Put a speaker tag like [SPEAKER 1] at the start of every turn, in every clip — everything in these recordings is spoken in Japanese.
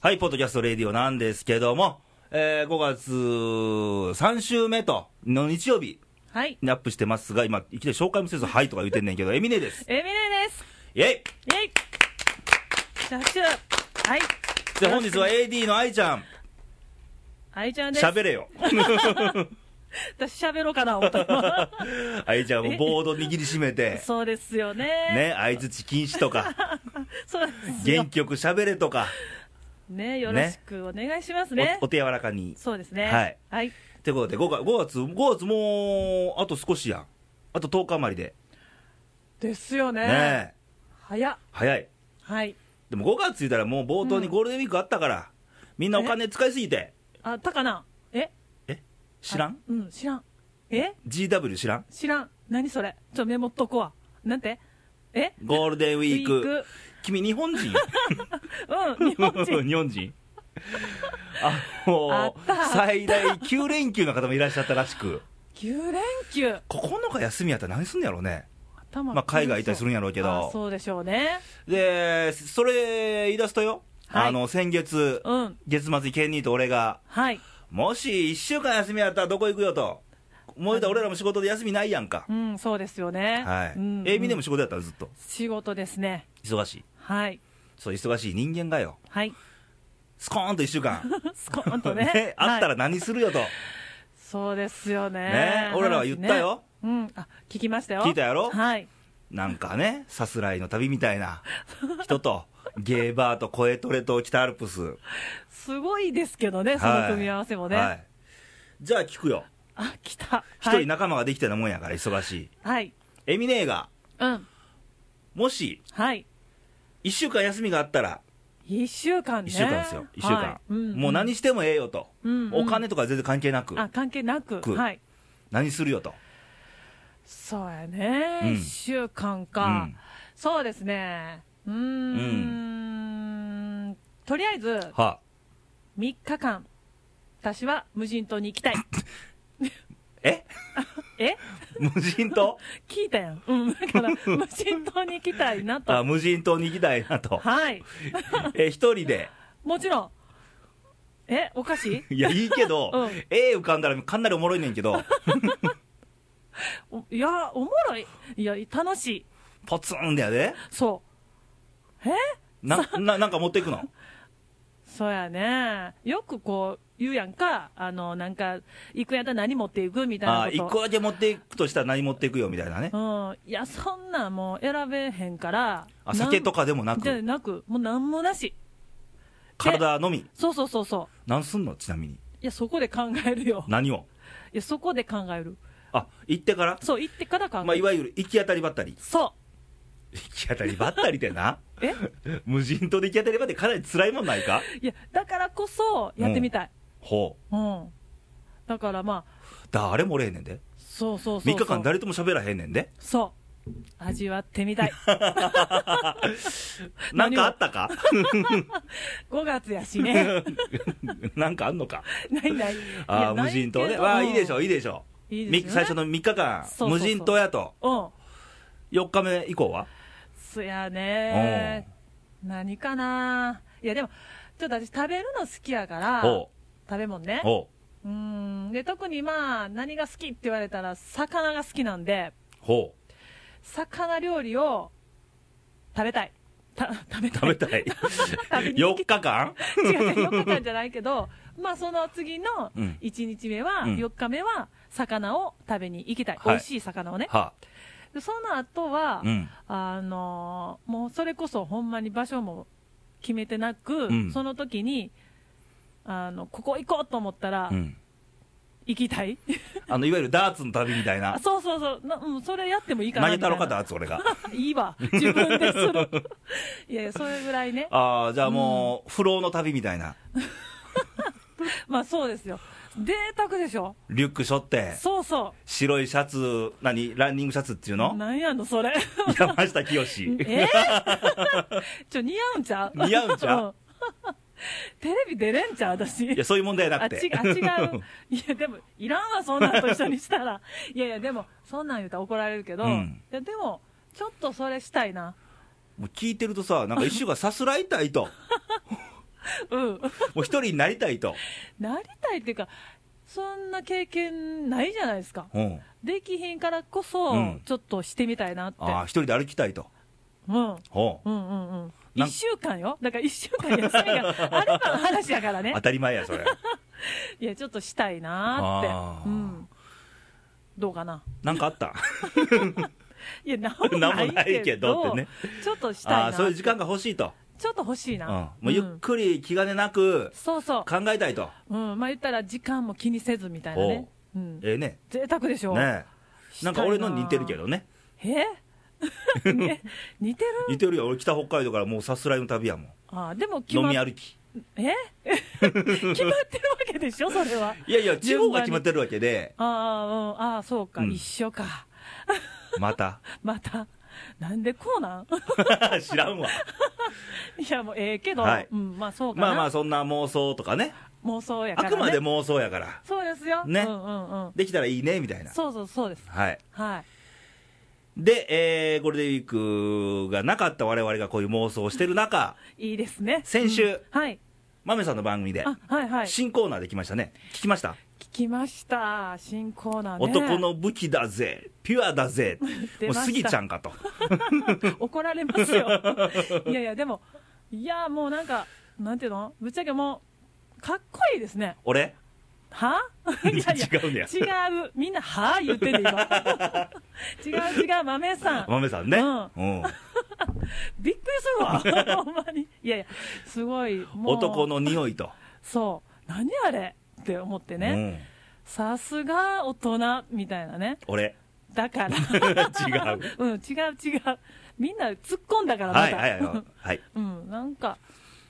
[SPEAKER 1] はい、ポッドキャストレディオなんですけども、えー5月3週目と、の日曜日
[SPEAKER 2] はい。
[SPEAKER 1] にアップしてますが、今、いきなり紹介もせず、はいとか言ってんねんけど、エミネです。
[SPEAKER 2] エミネです。
[SPEAKER 1] イェイ
[SPEAKER 2] イェイ拍手はい。
[SPEAKER 1] で、本日は AD の愛ちゃん、
[SPEAKER 2] 愛ちゃんです。
[SPEAKER 1] 喋れよ。
[SPEAKER 2] 私喋ろうかな、思った
[SPEAKER 1] 愛ちゃんもボード握りしめ て、
[SPEAKER 2] そうですよね。
[SPEAKER 1] ね、相づち禁止とか、
[SPEAKER 2] そうですよ
[SPEAKER 1] 原。曲喋れとか、
[SPEAKER 2] ね、よろしくお願いしますね。
[SPEAKER 1] おお手柔らかに。
[SPEAKER 2] そうですね。
[SPEAKER 1] はい。
[SPEAKER 2] はい。
[SPEAKER 1] ってことで5月、5月、5月もう、あと少しやん。あと10日余りで。
[SPEAKER 2] ですよね。
[SPEAKER 1] ねえ、
[SPEAKER 2] 早っ。
[SPEAKER 1] 早い。
[SPEAKER 2] はい。
[SPEAKER 1] でも5月言ったらもう冒頭にゴールデンウィークあったから、みんなお金使いすぎて。
[SPEAKER 2] あ、たかなえ
[SPEAKER 1] 知らん
[SPEAKER 2] あうん、知らん。え
[SPEAKER 1] ?GW 知らん
[SPEAKER 2] 知らん。何それ。ちょ、メモっとこわ。なんてえ
[SPEAKER 1] ゴールデンウィーク。君日本人
[SPEAKER 2] うん、日本人。
[SPEAKER 1] 日本人あの
[SPEAKER 2] あった
[SPEAKER 1] 最大9連休の方もいらっしゃったらしく。
[SPEAKER 2] 9連休。
[SPEAKER 1] 9日休みやったら何すんのやろうね。
[SPEAKER 2] 頭
[SPEAKER 1] まあ海外行ったりするんやろうけど
[SPEAKER 2] あそうでしょうね。
[SPEAKER 1] で、それ言い出すとよ。
[SPEAKER 2] はい
[SPEAKER 1] あの、先月、
[SPEAKER 2] うん。
[SPEAKER 1] 月末にケンニーと俺が、
[SPEAKER 2] はい。
[SPEAKER 1] もし1週間休みやったらどこ行くよと、もう言うたら俺らも仕事で休みないやんか、
[SPEAKER 2] うん、そうですよね。
[SPEAKER 1] はい、
[SPEAKER 2] うん、
[SPEAKER 1] エビでも
[SPEAKER 2] うん
[SPEAKER 1] 仕事やったらずっと、
[SPEAKER 2] 仕事ですね。
[SPEAKER 1] 忙しい、
[SPEAKER 2] はい。
[SPEAKER 1] そう、忙しい人間がよ、
[SPEAKER 2] はい。
[SPEAKER 1] スコーンと1週間、
[SPEAKER 2] スコーンとね。
[SPEAKER 1] ね、あった
[SPEAKER 2] はい
[SPEAKER 1] ら何するよと、
[SPEAKER 2] そうですよね。
[SPEAKER 1] ね俺らは言ったよ
[SPEAKER 2] 話ね。うん。あ、聞きましたよ。
[SPEAKER 1] 聞いたやろ
[SPEAKER 2] はい。
[SPEAKER 1] なんかね、さすらいの旅みたいな人と、ゲーバーと声トレと北アルプス、
[SPEAKER 2] すごいですけどね、そ
[SPEAKER 1] はい
[SPEAKER 2] の組み合わせもね。
[SPEAKER 1] はいじゃあ聞くよ、
[SPEAKER 2] あ、来た。
[SPEAKER 1] 一
[SPEAKER 2] は
[SPEAKER 1] 人
[SPEAKER 2] い。
[SPEAKER 1] 仲間ができたようなもんやから、忙しい、
[SPEAKER 2] はい。
[SPEAKER 1] エミネーが、
[SPEAKER 2] うん。
[SPEAKER 1] もし
[SPEAKER 2] はい。
[SPEAKER 1] 1週間休みがあったら、
[SPEAKER 2] 一週間ね。
[SPEAKER 1] 1週間ですよ、1週間、
[SPEAKER 2] はいん
[SPEAKER 1] もう何してもええよと、
[SPEAKER 2] うんうん
[SPEAKER 1] お金とか全然関係なく。
[SPEAKER 2] あ、関係なく。
[SPEAKER 1] く
[SPEAKER 2] はい。
[SPEAKER 1] 何するよと、
[SPEAKER 2] そうやね、
[SPEAKER 1] う
[SPEAKER 2] 一
[SPEAKER 1] ん
[SPEAKER 2] 週間
[SPEAKER 1] う
[SPEAKER 2] か、
[SPEAKER 1] ん
[SPEAKER 2] そうですね、うーん、とりあえず
[SPEAKER 1] は
[SPEAKER 2] 3日間、私は無人島に行きたい。
[SPEAKER 1] え
[SPEAKER 2] え
[SPEAKER 1] 無 人島
[SPEAKER 2] 聞いたやん。うん、だから、無人島に行きたいな
[SPEAKER 1] あ
[SPEAKER 2] と。
[SPEAKER 1] 無人島に行きたいなと、
[SPEAKER 2] はい。
[SPEAKER 1] え一人で、
[SPEAKER 2] もちろん。え、おかしい
[SPEAKER 1] いや、いいけど、
[SPEAKER 2] うん
[SPEAKER 1] 絵浮かんだらかなりおもろいねんけ ど、
[SPEAKER 2] おいや、おもろい。いや、楽しい。
[SPEAKER 1] ポツンだよね、
[SPEAKER 2] そう。え
[SPEAKER 1] なななんか持っていくの、
[SPEAKER 2] そうやね。よくこう、言うやんか。あの、なんか、行くんやったら何持っていくみたいな
[SPEAKER 1] あ
[SPEAKER 2] こ
[SPEAKER 1] 1
[SPEAKER 2] と。
[SPEAKER 1] 個だけ持っていくとしたら何持っていくよみたいなね、
[SPEAKER 2] うん、いや、そんなんもう選べへんから、
[SPEAKER 1] あ酒と
[SPEAKER 2] か
[SPEAKER 1] かでもな
[SPEAKER 2] じゃ
[SPEAKER 1] く、
[SPEAKER 2] なく、もうなんもなし、
[SPEAKER 1] 体のみ、
[SPEAKER 2] そうそうそうそう、
[SPEAKER 1] 何すんの、ちなみに、
[SPEAKER 2] いや、そこで考えるよ、
[SPEAKER 1] 何を、
[SPEAKER 2] いや、そこで考える、
[SPEAKER 1] あ行ってから、
[SPEAKER 2] そう、行ってから考える、
[SPEAKER 1] まあ、いわゆる行き当たりばったり、
[SPEAKER 2] そ
[SPEAKER 1] 行き当たりばったりってな、
[SPEAKER 2] う、え
[SPEAKER 1] 無人島で行き当たりばってかなり辛いもんないか、
[SPEAKER 2] いや、だからこそやってみたい、
[SPEAKER 1] ほう、
[SPEAKER 2] うん、だからまあ、
[SPEAKER 1] 誰もおれへんねんで、
[SPEAKER 2] そうそうそうそう、
[SPEAKER 1] 3日間、誰とも喋らへんねんで。
[SPEAKER 2] そう、味わってみ たい、
[SPEAKER 1] なんかあったか
[SPEAKER 2] 5月やしね、
[SPEAKER 1] なんかあんのか
[SPEAKER 2] ないない、い
[SPEAKER 1] あ
[SPEAKER 2] や
[SPEAKER 1] あ、無人島
[SPEAKER 2] な
[SPEAKER 1] ね。
[SPEAKER 2] けど
[SPEAKER 1] わあ、いいでしょ、いいでしょ。
[SPEAKER 2] いい
[SPEAKER 1] み
[SPEAKER 2] ですよ
[SPEAKER 1] 最
[SPEAKER 2] ね
[SPEAKER 1] 初の3日間、
[SPEAKER 2] そうそ
[SPEAKER 1] 無
[SPEAKER 2] うそう
[SPEAKER 1] 人島やと。
[SPEAKER 2] うん、
[SPEAKER 1] 4日目以降は
[SPEAKER 2] そやね何かないやでもちょっと私食べるの好きやから
[SPEAKER 1] おう
[SPEAKER 2] 食べ物ね
[SPEAKER 1] ほう。
[SPEAKER 2] うーんで特にまあ何が好きって言われたら魚が好きなんで
[SPEAKER 1] ほう。
[SPEAKER 2] 魚料理を食べたいた食べた
[SPEAKER 1] 食
[SPEAKER 2] い
[SPEAKER 1] べ たい。
[SPEAKER 2] べに行き
[SPEAKER 1] 4日間
[SPEAKER 2] 違う4日間じゃないけど まあその次の
[SPEAKER 1] うん
[SPEAKER 2] 1日目は、
[SPEAKER 1] うん
[SPEAKER 2] 4日目は魚を食べに行きたい、
[SPEAKER 1] はい
[SPEAKER 2] 美味しい魚をね
[SPEAKER 1] は
[SPEAKER 2] でその後は、
[SPEAKER 1] あ。うん。
[SPEAKER 2] あのーもうそれこそほんまに場所も決めてなく、
[SPEAKER 1] うん
[SPEAKER 2] その時にあのここ行こうと思ったら、
[SPEAKER 1] うん。
[SPEAKER 2] 行きたい
[SPEAKER 1] あの、いわゆるダーツの旅みたい
[SPEAKER 2] あ
[SPEAKER 1] な。
[SPEAKER 2] そうそうそうな、うん、それやってもいいか
[SPEAKER 1] 投
[SPEAKER 2] な
[SPEAKER 1] げ
[SPEAKER 2] みた
[SPEAKER 1] た
[SPEAKER 2] い
[SPEAKER 1] ろ
[SPEAKER 2] な
[SPEAKER 1] か、ダーツ、俺が。
[SPEAKER 2] いいわ自分でするいやいやそれぐらいね
[SPEAKER 1] ああ、じゃあもう、不老の旅みたいな。
[SPEAKER 2] まあそうですよ贅沢でしょ
[SPEAKER 1] リュック背負って、
[SPEAKER 2] そうそ
[SPEAKER 1] 白いシャツ、何ランニングシャツっていう
[SPEAKER 2] う
[SPEAKER 1] の
[SPEAKER 2] なんやのそれ
[SPEAKER 1] 山下清。
[SPEAKER 2] え ちょ似合うんちゃう
[SPEAKER 1] 似合うんちゃう
[SPEAKER 2] んテレビ出れんちゃう私
[SPEAKER 1] いや、そういう問題な
[SPEAKER 2] あ
[SPEAKER 1] く
[SPEAKER 2] ち
[SPEAKER 1] て。
[SPEAKER 2] あ違う、いや、でも、いらんわ、そんなんと一緒にしたら、 いやいや、でも、そんなん言うたら怒られるけど、
[SPEAKER 1] うん
[SPEAKER 2] いやでも、ちょっとそれしたいな、
[SPEAKER 1] もう聞いてるとさ、なんか一週間さすらいたいと。
[SPEAKER 2] うん、
[SPEAKER 1] もう一人になりたいと。
[SPEAKER 2] なりたいっていうか、そんな経験ないじゃないですか、
[SPEAKER 1] うん。
[SPEAKER 2] できひんからこそ、
[SPEAKER 1] うん
[SPEAKER 2] ちょっとしてみたいなって、
[SPEAKER 1] ああ、一人で歩きたいと。
[SPEAKER 2] うん、うん
[SPEAKER 1] ほう
[SPEAKER 2] うんうん、
[SPEAKER 1] な
[SPEAKER 2] 1
[SPEAKER 1] ん
[SPEAKER 2] 週間よ、だから1週間休みがあればの話やからね
[SPEAKER 1] 当、たり前や、それ。
[SPEAKER 2] いや、ちょっとしたいなっ
[SPEAKER 1] あー
[SPEAKER 2] て、うん、どうかな、
[SPEAKER 1] なんかあった
[SPEAKER 2] いや、なんもないけど、
[SPEAKER 1] なんもない
[SPEAKER 2] ちょっとしたい
[SPEAKER 1] あ
[SPEAKER 2] なっ
[SPEAKER 1] あ、
[SPEAKER 2] て
[SPEAKER 1] そういう時間が欲しいと。
[SPEAKER 2] ちょっと欲しい
[SPEAKER 1] うん。
[SPEAKER 2] な
[SPEAKER 1] も、うゆっ
[SPEAKER 2] ん
[SPEAKER 1] くり気兼ねなく
[SPEAKER 2] そうそ
[SPEAKER 1] 考えたいと。
[SPEAKER 2] う、うん、まあ言ったら時間も気にせずみたいなね、うん、
[SPEAKER 1] ええね。
[SPEAKER 2] 贅沢でしょ、
[SPEAKER 1] ねえ。なんか俺の
[SPEAKER 2] したい
[SPEAKER 1] に
[SPEAKER 2] な
[SPEAKER 1] 似てるけどね。
[SPEAKER 2] え ね似てる
[SPEAKER 1] 似てるよ。俺北北海道からもうさすらいの旅やもん。
[SPEAKER 2] あでも決
[SPEAKER 1] 飲
[SPEAKER 2] まっ
[SPEAKER 1] み歩き。
[SPEAKER 2] え 決まってるわけでしょそれはい
[SPEAKER 1] やいや、地方が決まってるわけで、
[SPEAKER 2] ああ、うん、ああそうか、
[SPEAKER 1] うん
[SPEAKER 2] 一緒か
[SPEAKER 1] また。
[SPEAKER 2] またなんでこうなん
[SPEAKER 1] 知らんわ。
[SPEAKER 2] いやもうええけど、
[SPEAKER 1] はい
[SPEAKER 2] うん、まあそうかな、
[SPEAKER 1] まあまあ、そんな妄想とかね。
[SPEAKER 2] 妄想やか
[SPEAKER 1] あ
[SPEAKER 2] ら、ね、
[SPEAKER 1] くまで妄想やから。
[SPEAKER 2] そうですよ
[SPEAKER 1] ね
[SPEAKER 2] うんうんうん
[SPEAKER 1] できたらいいね、みたいな。
[SPEAKER 2] そうそうそうです
[SPEAKER 1] はい。
[SPEAKER 2] はい
[SPEAKER 1] で、えー、ゴールデンウィークがなかった我々がこういう妄想をしてる中、
[SPEAKER 2] いいですね
[SPEAKER 1] 先週
[SPEAKER 2] うんはい
[SPEAKER 1] マメさんの番組で、
[SPEAKER 2] あはいはい聞
[SPEAKER 1] 新コーナーできましたね。聞きました、
[SPEAKER 2] きました新コーナーね
[SPEAKER 1] 男の武器だぜ、ピュアだぜ、
[SPEAKER 2] 出
[SPEAKER 1] もう
[SPEAKER 2] ました
[SPEAKER 1] スギちゃんかと。
[SPEAKER 2] 怒られますよ いやいやでもいやもうなんかなんていうのぶっちゃけもうかっこいいですね
[SPEAKER 1] 俺
[SPEAKER 2] はいやいや
[SPEAKER 1] 違うんや
[SPEAKER 2] 違うみんなは言ってる今 違う違う豆さん
[SPEAKER 1] マメさんね。
[SPEAKER 2] う
[SPEAKER 1] うん
[SPEAKER 2] びっくりする わほんまにいやいやすごいもう
[SPEAKER 1] 男の匂いと。
[SPEAKER 2] そう何あれって思って
[SPEAKER 1] う
[SPEAKER 2] ね
[SPEAKER 1] ん
[SPEAKER 2] さすが大人みたいなね
[SPEAKER 1] 俺。
[SPEAKER 2] だから
[SPEAKER 1] 違う。
[SPEAKER 2] うん違う違うみんな突っ込んだからま
[SPEAKER 1] はい
[SPEAKER 2] た
[SPEAKER 1] はいはい。はい。
[SPEAKER 2] うんなんか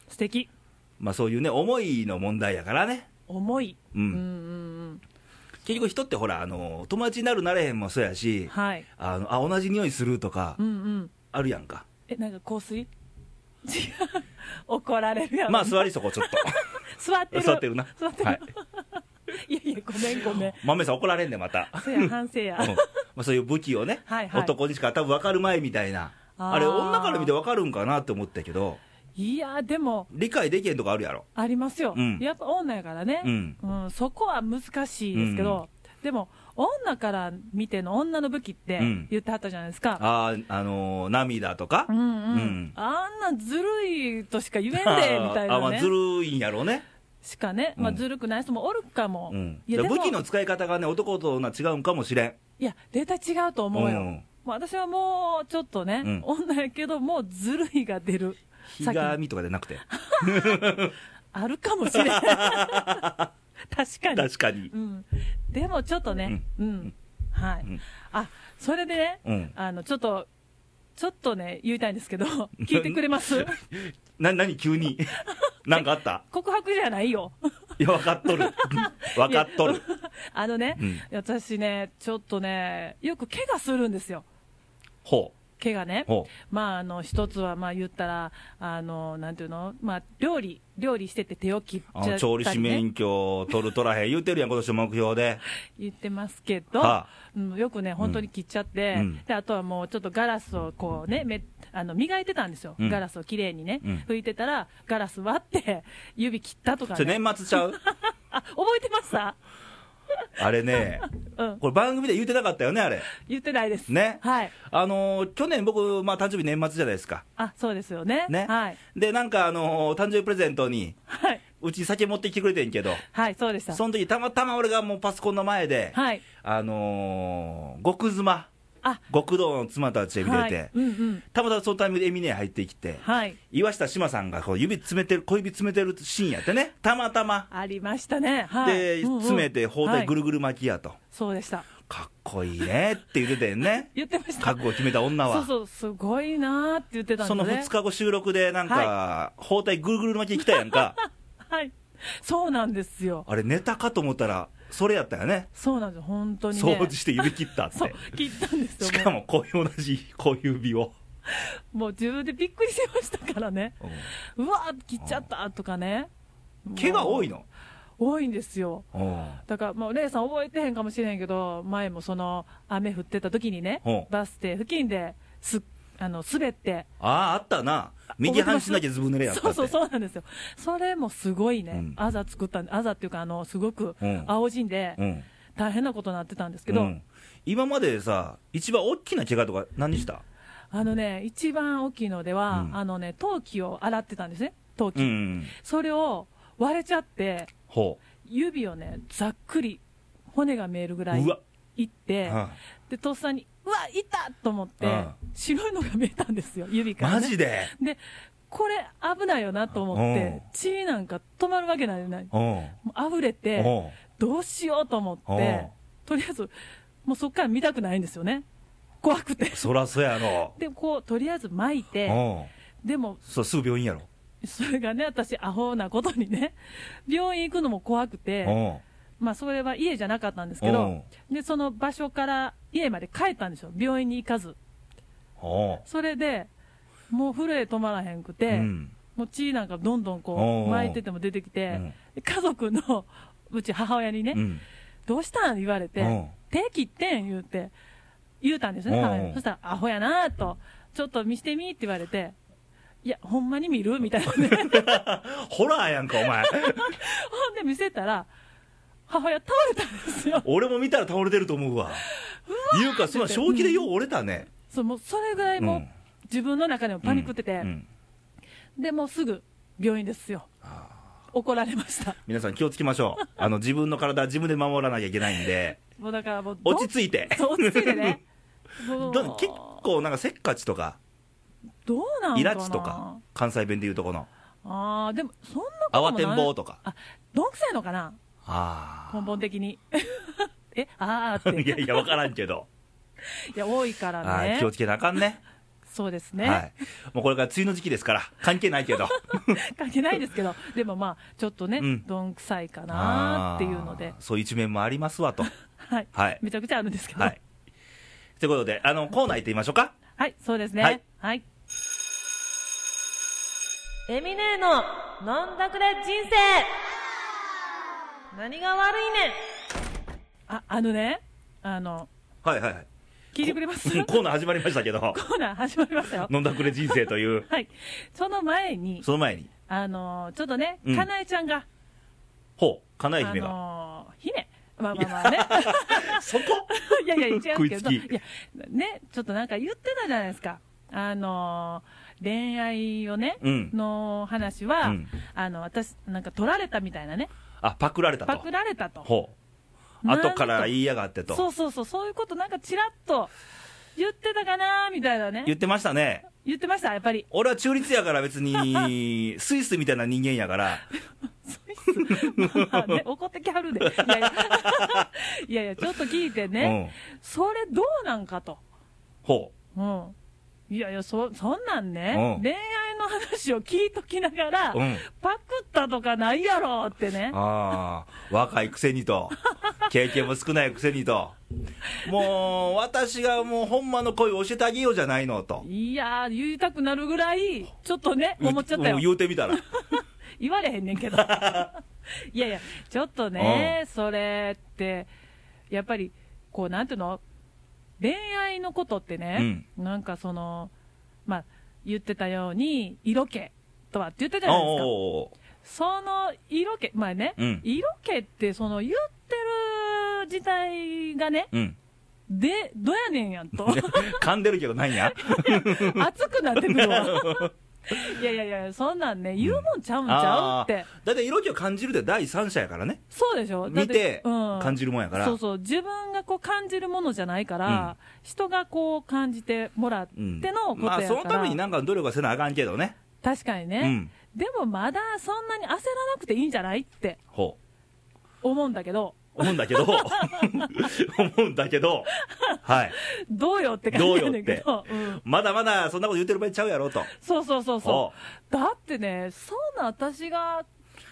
[SPEAKER 2] 素敵
[SPEAKER 1] まあそういうね、思いの問題やからね。
[SPEAKER 2] 重い、
[SPEAKER 1] うん
[SPEAKER 2] うんうん
[SPEAKER 1] 結局人ってほら、あの、友達になるなれへんもそうや
[SPEAKER 2] うん
[SPEAKER 1] し、
[SPEAKER 2] はい
[SPEAKER 1] あの、あ、同じ匂いするとか
[SPEAKER 2] う、んうん
[SPEAKER 1] あるやんか。
[SPEAKER 2] えなんか香水違う怒られるやん
[SPEAKER 1] まあ座りそこちょっ
[SPEAKER 2] 座って
[SPEAKER 1] と。
[SPEAKER 2] る
[SPEAKER 1] 座ってるな。
[SPEAKER 2] 座ってる、
[SPEAKER 1] はい。
[SPEAKER 2] い、やいやごめん ごめん
[SPEAKER 1] 豆さん怒られんねまた。
[SPEAKER 2] せや反省や
[SPEAKER 1] うんまあそういう武器をね、
[SPEAKER 2] はいはい
[SPEAKER 1] 男にしか多分分かるまいみたいな。
[SPEAKER 2] あー
[SPEAKER 1] あれ、女から見て分かるんかなって思ったけど、
[SPEAKER 2] いやでも
[SPEAKER 1] 理解できへんとかあるやろ。
[SPEAKER 2] ありますよ、
[SPEAKER 1] うん
[SPEAKER 2] やっぱ女やからね、
[SPEAKER 1] うん
[SPEAKER 2] うんそこは難しいですけど、でも女から見ての女の武器って
[SPEAKER 1] うん
[SPEAKER 2] 言ってはったじゃないですか、
[SPEAKER 1] あーあのー涙とか
[SPEAKER 2] う。んうん
[SPEAKER 1] うん
[SPEAKER 2] あんなんずるいとしか 言えんでみ
[SPEAKER 1] あ
[SPEAKER 2] たい
[SPEAKER 1] ーあ
[SPEAKER 2] な、
[SPEAKER 1] まあ
[SPEAKER 2] ね
[SPEAKER 1] ずるいんやろうね。
[SPEAKER 2] しかね、まあ、
[SPEAKER 1] うん
[SPEAKER 2] ずるくない人もおるかも、
[SPEAKER 1] うん。
[SPEAKER 2] い
[SPEAKER 1] じ
[SPEAKER 2] や
[SPEAKER 1] ゃあ
[SPEAKER 2] でも
[SPEAKER 1] 武器の使い方がね、男と女違うんかもしれん。
[SPEAKER 2] いや、絶対違うと思うよ。
[SPEAKER 1] うん
[SPEAKER 2] まあ私はもうちょっとね、
[SPEAKER 1] うん
[SPEAKER 2] 女やけど、もうずるいが出る。
[SPEAKER 1] ひ
[SPEAKER 2] さっき
[SPEAKER 1] がみとかじゃなくて。
[SPEAKER 2] あるか もしれない。確かに。
[SPEAKER 1] 確かに
[SPEAKER 2] う。ん。でもちょっとね、うん。はい、
[SPEAKER 1] うん
[SPEAKER 2] あ、それでね、
[SPEAKER 1] うん
[SPEAKER 2] あの、ちょっと、ちょっとね、言いたいんで すけど、聞いてくれます
[SPEAKER 1] な、なに急 に。なんかあった
[SPEAKER 2] 告白じゃない よ。
[SPEAKER 1] いや、分かっ とる。分かっとる。
[SPEAKER 2] あのね、
[SPEAKER 1] うん
[SPEAKER 2] 私ね、ちょっとね、よく怪我するんですよ。
[SPEAKER 1] ほ
[SPEAKER 2] 怪我ね
[SPEAKER 1] う。。ほ
[SPEAKER 2] まあ、あの一つはまあ言ったら、あのなんていうの、まあ、料理、料理してて手を切っち
[SPEAKER 1] う。
[SPEAKER 2] ゃ
[SPEAKER 1] あ
[SPEAKER 2] ったり、
[SPEAKER 1] の
[SPEAKER 2] ね、
[SPEAKER 1] 調理師免許取る取らへん言うてるやん、今年の目標で。
[SPEAKER 2] 言ってますけど、
[SPEAKER 1] はあ
[SPEAKER 2] うん、よくね、本当に切っちゃって、
[SPEAKER 1] うん
[SPEAKER 2] であとはもうちょっとガラスをこうね、めあの磨いてたんですよ、
[SPEAKER 1] うん
[SPEAKER 2] ガラスをきれいにね、
[SPEAKER 1] うん
[SPEAKER 2] 拭いてたら、ガラス割って、 指切ったとか
[SPEAKER 1] そ
[SPEAKER 2] ね、
[SPEAKER 1] れ年末ちゃう
[SPEAKER 2] あ覚えてました、
[SPEAKER 1] あれ ね、
[SPEAKER 2] うん、
[SPEAKER 1] これ番組で言ってなかったよね、あれ。
[SPEAKER 2] 言ってないです、
[SPEAKER 1] ね
[SPEAKER 2] はい、
[SPEAKER 1] あのー去年僕、まあ、誕生日年末じゃないですか。
[SPEAKER 2] あそうですよね、
[SPEAKER 1] ね。
[SPEAKER 2] はい、
[SPEAKER 1] で、なんか、あのー誕生日プレゼントに、
[SPEAKER 2] はい、
[SPEAKER 1] うち酒持ってきてくれてんけど、
[SPEAKER 2] はい、そうでした、
[SPEAKER 1] その時たまたま俺がもうパソコンの前で、
[SPEAKER 2] はい、
[SPEAKER 1] あのー極妻、
[SPEAKER 2] あ
[SPEAKER 1] 極道の妻たちで見てて、
[SPEAKER 2] はい、うんうん、
[SPEAKER 1] たまたまそのタイミングでエミネ入ってきて、
[SPEAKER 2] はい、
[SPEAKER 1] 岩下志麻さんがこう指詰めてる、小指詰めてるシーンやってね、たまたま。
[SPEAKER 2] ありましたね、はい、
[SPEAKER 1] で、
[SPEAKER 2] うんうん
[SPEAKER 1] 詰めて包帯ぐ
[SPEAKER 2] はい
[SPEAKER 1] るぐる巻きやと。
[SPEAKER 2] そうでした。。
[SPEAKER 1] かっこいいねって言ってたよね
[SPEAKER 2] 言ってました。
[SPEAKER 1] 覚悟を決めた女は。
[SPEAKER 2] そうそう、すごいなーって言ってたんで
[SPEAKER 1] そ
[SPEAKER 2] すね。
[SPEAKER 1] の2日後収録で、なんか、
[SPEAKER 2] は
[SPEAKER 1] 包帯ぐるぐる巻きに来たやん か、
[SPEAKER 2] はい。そうなんですよ。
[SPEAKER 1] あれ、ネタかと思ったら、それやったよね、
[SPEAKER 2] そうなんですよ、本当にね。
[SPEAKER 1] 掃除して指切ったっ
[SPEAKER 2] そう
[SPEAKER 1] て、、
[SPEAKER 2] 切ったんですよ。
[SPEAKER 1] しかもこういう同じ小指を、
[SPEAKER 2] もう。もう自分でびっくりしましたからね。うわー、切っちゃったとかね。
[SPEAKER 1] 毛が多
[SPEAKER 2] い
[SPEAKER 1] いの、
[SPEAKER 2] 多いんですよ。
[SPEAKER 1] うん
[SPEAKER 2] だから、もう、レイさん覚えてへんかもしれへんけど、前もその、雨降ってた時にね
[SPEAKER 1] うん、
[SPEAKER 2] バス停付近で、す、あの滑って、
[SPEAKER 1] ああ、あったな。右半身だけずぶ濡れやったって。
[SPEAKER 2] そうそうそうなんですよ、それもすごいね、
[SPEAKER 1] うん
[SPEAKER 2] あざ作ったんで、あざっていうか、あのすごく
[SPEAKER 1] うん
[SPEAKER 2] 青じんで、
[SPEAKER 1] うん。
[SPEAKER 2] 大変なことになってたんですけど、
[SPEAKER 1] うん今までさ、一番大きな怪我とか何した
[SPEAKER 2] あのね、一番大きいのでは、
[SPEAKER 1] うん
[SPEAKER 2] あのね、陶器を洗ってたんですね、陶器、
[SPEAKER 1] うんうん。
[SPEAKER 2] それを割れちゃって、
[SPEAKER 1] ほ
[SPEAKER 2] 指をね、ざっくり、骨が見えるぐ
[SPEAKER 1] う。
[SPEAKER 2] らいう
[SPEAKER 1] わ。
[SPEAKER 2] いって、
[SPEAKER 1] は
[SPEAKER 2] でとっさに、うわ、いたと思って、
[SPEAKER 1] うん
[SPEAKER 2] 白いのが見えたんですよ、指
[SPEAKER 1] あ
[SPEAKER 2] から、ね。
[SPEAKER 1] マジで
[SPEAKER 2] で、これ危ないよなと思って
[SPEAKER 1] う、
[SPEAKER 2] 血なんか止まるわけないじゃない。
[SPEAKER 1] うん。
[SPEAKER 2] もう溢れて、
[SPEAKER 1] うん
[SPEAKER 2] どうしようと思って
[SPEAKER 1] お、
[SPEAKER 2] とりあえず、もうそこから見たくないんですよね。怖くて。
[SPEAKER 1] そらそやろ。
[SPEAKER 2] で、こう、とりあえず巻いうて、
[SPEAKER 1] ん。
[SPEAKER 2] でも、
[SPEAKER 1] そう、すぐ病院やろ。
[SPEAKER 2] それがね、私、アホなことにね、 病院行くのも怖くて、
[SPEAKER 1] うん。
[SPEAKER 2] まあ、それは家じゃなかったんですけ
[SPEAKER 1] う
[SPEAKER 2] ど
[SPEAKER 1] ん、
[SPEAKER 2] で、その場所から家まで帰ったんですよ。病院に行かず。
[SPEAKER 1] お
[SPEAKER 2] それで、もう震え止まらへんく
[SPEAKER 1] う
[SPEAKER 2] て、
[SPEAKER 1] ん。
[SPEAKER 2] もう血なんかどんどん
[SPEAKER 1] おうお
[SPEAKER 2] こ
[SPEAKER 1] う
[SPEAKER 2] う、巻いてても出てきて、家族の うち母親にね、
[SPEAKER 1] うん。
[SPEAKER 2] どうしたん言われて、
[SPEAKER 1] うん
[SPEAKER 2] 手切ってん言うて、言うたんですね、
[SPEAKER 1] うん
[SPEAKER 2] 母親にそしたら、アホやなぁと、ちょっと見してみって言われて、いや、ほんまに見るみたいなね。ほん
[SPEAKER 1] ホラーやんか、お 前。
[SPEAKER 2] で見せたら、母親倒れたんです よ。
[SPEAKER 1] 俺も見たら倒れてると思うわ。いうか、そんな正気でよう折れたね。
[SPEAKER 2] そうもうそれぐらいもう、
[SPEAKER 1] うん
[SPEAKER 2] 自分の中でもパニックってて、
[SPEAKER 1] うん
[SPEAKER 2] で、もうすぐ病院ですよ。怒られました。
[SPEAKER 1] 皆さん気をつけまし ょう。あの、自分の体は自分で守らなきゃいけないんで、
[SPEAKER 2] もうだからもう、
[SPEAKER 1] 落ち
[SPEAKER 2] い
[SPEAKER 1] 着いて。
[SPEAKER 2] て。落ち着いてね。も う
[SPEAKER 1] ど結構なんかせっかちとか、
[SPEAKER 2] どうなんかな。
[SPEAKER 1] イラチとか、関西弁でいうとこの、
[SPEAKER 2] ああ、でも、そんなことも
[SPEAKER 1] 慌
[SPEAKER 2] な
[SPEAKER 1] て
[SPEAKER 2] い
[SPEAKER 1] んぼうとか。
[SPEAKER 2] あ、どんくさいのかな
[SPEAKER 1] あ
[SPEAKER 2] 根本的に。 え、あ ー
[SPEAKER 1] あ。
[SPEAKER 2] って。
[SPEAKER 1] いやいや、わからんけど。
[SPEAKER 2] いや、多いから
[SPEAKER 1] はい、
[SPEAKER 2] ね
[SPEAKER 1] 気を。つけなあかんね。
[SPEAKER 2] そうです
[SPEAKER 1] は
[SPEAKER 2] ね。
[SPEAKER 1] い。もうこれから梅雨の時期ですから、関係ないけど。
[SPEAKER 2] 関係ないですけど、でもまあ、ちょっとね
[SPEAKER 1] うん、
[SPEAKER 2] どんくさいか なーっていうの
[SPEAKER 1] あ
[SPEAKER 2] で
[SPEAKER 1] ー。そういう一面もありますわと。
[SPEAKER 2] はい。
[SPEAKER 1] はい
[SPEAKER 2] めちゃくちゃあるんですけど。
[SPEAKER 1] は。
[SPEAKER 2] はい
[SPEAKER 1] ということで、あの、コーナー行ってみましょうか。
[SPEAKER 2] い、そうです
[SPEAKER 1] はい
[SPEAKER 2] ね。はい。
[SPEAKER 3] エミネーの飲んだくれ人生何が悪いねん
[SPEAKER 2] あ、あのね、あの、
[SPEAKER 1] はいはいはい。
[SPEAKER 2] 聞いてくれます
[SPEAKER 1] うん
[SPEAKER 2] コ
[SPEAKER 1] コーナー始まりましたけど、
[SPEAKER 2] ーナー始まりましたよ。
[SPEAKER 1] 飲んだくれ人生という、
[SPEAKER 2] はい。その前に、
[SPEAKER 1] その前に、
[SPEAKER 2] あのー、ちょっとね
[SPEAKER 1] う、ん
[SPEAKER 2] かなえちゃんが、
[SPEAKER 1] ほう、かなえ
[SPEAKER 2] あ
[SPEAKER 1] 姫が。
[SPEAKER 2] のー、姫。まあまあまあね。
[SPEAKER 1] そこ
[SPEAKER 2] いやいや、違うんですけど、
[SPEAKER 1] 食い
[SPEAKER 2] い
[SPEAKER 1] つき
[SPEAKER 2] や、ね、ちょっとなんか言ってたじゃないですか。あのー、恋愛をね、
[SPEAKER 1] うん
[SPEAKER 2] の話は、
[SPEAKER 1] うん
[SPEAKER 2] あの、私、なんか取られたみたいなね、
[SPEAKER 1] あ、パクられたと。
[SPEAKER 2] パクられたと。
[SPEAKER 1] ほう。
[SPEAKER 2] なんと
[SPEAKER 1] 後から言いやがって
[SPEAKER 2] そ
[SPEAKER 1] と。
[SPEAKER 2] うそうそう、そういうことなんかちらっと言ってたかなみたいなね
[SPEAKER 1] 言。ってましたね。
[SPEAKER 2] 言ってました、やっ ぱり。
[SPEAKER 1] 俺は中立やから別 に、スイスみたいな人間やから、
[SPEAKER 2] まあね、怒ってきはるで。いやいや、いやいやちょっと聞いてね、それどうなんかと。
[SPEAKER 1] ほ
[SPEAKER 2] うん。いやいや、そ、そんなんね、
[SPEAKER 1] うん
[SPEAKER 2] 恋愛の話を聞いときながら、
[SPEAKER 1] う。うん。
[SPEAKER 2] パクったとかないやろってね。
[SPEAKER 1] ああ、若いくせに と、経験も少ないくせにと、もう、私がもう、ほんまの恋を教えてあげようじゃないのと。
[SPEAKER 2] いやー、言いたくなるぐらい、ちょっとね、思っちゃった
[SPEAKER 1] う
[SPEAKER 2] よ
[SPEAKER 1] ん。言うてみた ら。
[SPEAKER 2] 言われへんねんけど。 いやいや、ちょっとね、それって、やっぱり、こう、なんていうの恋愛のことってね、なんかその、まあ、言ってたように、色気とはって言ってたじゃないです
[SPEAKER 1] おうおう
[SPEAKER 2] か。
[SPEAKER 1] おう
[SPEAKER 2] その色気、まあね、
[SPEAKER 1] うん
[SPEAKER 2] 色気ってその言ってる自体がね、
[SPEAKER 1] うん。
[SPEAKER 2] で、どやねんやんと。
[SPEAKER 1] 噛んでるけどなんや
[SPEAKER 2] 熱くなってくるわ。 いやいやいや、そんなんね、言うもんちゃうんちゃうって。
[SPEAKER 1] あーだって色気を感じるって第三者やからね。
[SPEAKER 2] そうでしょだっ
[SPEAKER 1] 見て感
[SPEAKER 2] じ
[SPEAKER 1] じるもんやから。
[SPEAKER 2] そうそう、自分がこう感じるものじゃないから、人がこう感じてもらって
[SPEAKER 1] うん
[SPEAKER 2] のことや
[SPEAKER 1] ま
[SPEAKER 2] か
[SPEAKER 1] あ、
[SPEAKER 2] ら、
[SPEAKER 1] そのためになんか努力はせなあかんけどね。
[SPEAKER 2] 確かにね、
[SPEAKER 1] うん。
[SPEAKER 2] でもまだそんなに焦らなくていいんじゃないって
[SPEAKER 1] ほう。
[SPEAKER 2] 思うんだけど、
[SPEAKER 1] 思うんだけ ど、思うんだけど、はい。
[SPEAKER 2] どうよって感じなんだけど、うん
[SPEAKER 1] まだまだそんなこと言ってる場合ちゃうやろと。
[SPEAKER 2] そうそうそ
[SPEAKER 1] ほ
[SPEAKER 2] うそうだってね、そんな私が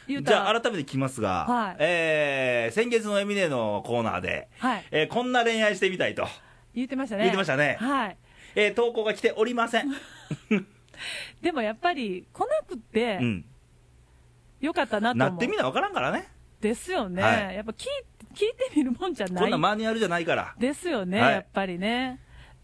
[SPEAKER 2] 言
[SPEAKER 1] う
[SPEAKER 2] っ
[SPEAKER 1] じ
[SPEAKER 2] たら、
[SPEAKER 1] ゃあ改めて聞きますが、
[SPEAKER 2] はい
[SPEAKER 1] えー先月のエミネのコーナーで、
[SPEAKER 2] はい、
[SPEAKER 1] えーこんな恋愛してみたいと、
[SPEAKER 2] 言ってましたね。
[SPEAKER 1] 言ってましたね
[SPEAKER 2] はい
[SPEAKER 1] えー投稿が来ておりません。
[SPEAKER 2] でもやっぱり来なくて
[SPEAKER 1] うん。
[SPEAKER 2] よかったなと
[SPEAKER 1] な
[SPEAKER 2] 思う、
[SPEAKER 1] ってみなわからんからね。
[SPEAKER 2] ですよね、
[SPEAKER 1] はい
[SPEAKER 2] やっぱ聞い聞いてみるもんじゃ
[SPEAKER 1] こ
[SPEAKER 2] なんい
[SPEAKER 1] なマニュアルじゃないから。
[SPEAKER 2] ですよね、
[SPEAKER 1] はい
[SPEAKER 2] やっぱりね、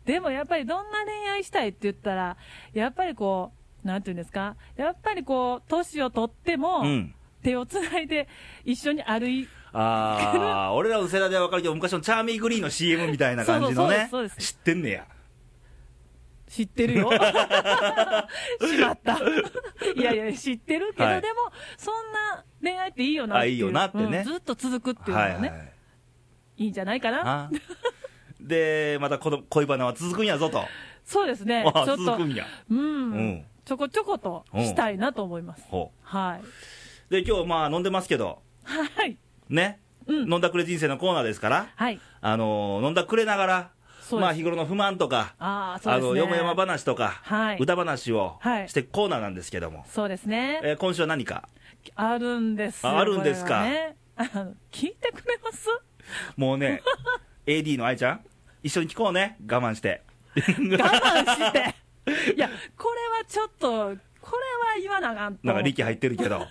[SPEAKER 2] でもやっぱりどんな恋愛したいって言ったら、やっぱりこう、なんていうんですか、やっぱりこう、年を取っても、
[SPEAKER 1] うん
[SPEAKER 2] 手をつないで一緒に歩い
[SPEAKER 1] あ あ、俺らの世代では分かるけど、昔のチャーミーグリーンの CM みたいな感じのね、
[SPEAKER 2] そうそうそうですそうで
[SPEAKER 1] 知ってんねや。
[SPEAKER 2] 知って るよ。 しまった。いやいや、知ってるけど、
[SPEAKER 1] はい
[SPEAKER 2] でも、そんな恋愛っていいよなっていう。
[SPEAKER 1] あいいよなってね
[SPEAKER 2] うんずっと続くっていうの
[SPEAKER 1] は
[SPEAKER 2] はいね、
[SPEAKER 1] はいい。
[SPEAKER 2] い、んじゃないかな。
[SPEAKER 1] あで、またこの恋バナは続くんやぞと。
[SPEAKER 2] そうですね。ち
[SPEAKER 1] あ
[SPEAKER 2] ょっと、
[SPEAKER 1] 続くんや。
[SPEAKER 2] うん、
[SPEAKER 1] ん
[SPEAKER 2] ちょこちょことしたいなと思います。
[SPEAKER 1] ほ
[SPEAKER 2] はい。
[SPEAKER 1] う。で、今日まあ飲んでますけど、
[SPEAKER 2] はい。
[SPEAKER 1] ね、
[SPEAKER 2] うん
[SPEAKER 1] 飲んだくれ人生のコーナーですから、
[SPEAKER 2] はい。
[SPEAKER 1] あのー飲んだくれながら、
[SPEAKER 2] そうです
[SPEAKER 1] まあ日頃の不満とか、
[SPEAKER 2] ああ、そう
[SPEAKER 1] あ
[SPEAKER 2] です
[SPEAKER 1] の、
[SPEAKER 2] ね。
[SPEAKER 1] よもやま話とか、
[SPEAKER 2] はい
[SPEAKER 1] 歌話を
[SPEAKER 2] はい
[SPEAKER 1] していくコーナーなんですけども、
[SPEAKER 2] そうですね。
[SPEAKER 1] えー今週は何か
[SPEAKER 2] あるんですよ
[SPEAKER 1] ああるんですか
[SPEAKER 2] これがねあの聞いてくれます
[SPEAKER 1] もうね、AD の愛ちゃん、一緒に聞こうね、我慢して。
[SPEAKER 2] 我 慢して。いや、これはちょっと、これは言わなあかんと。
[SPEAKER 1] なんか力入ってるけど、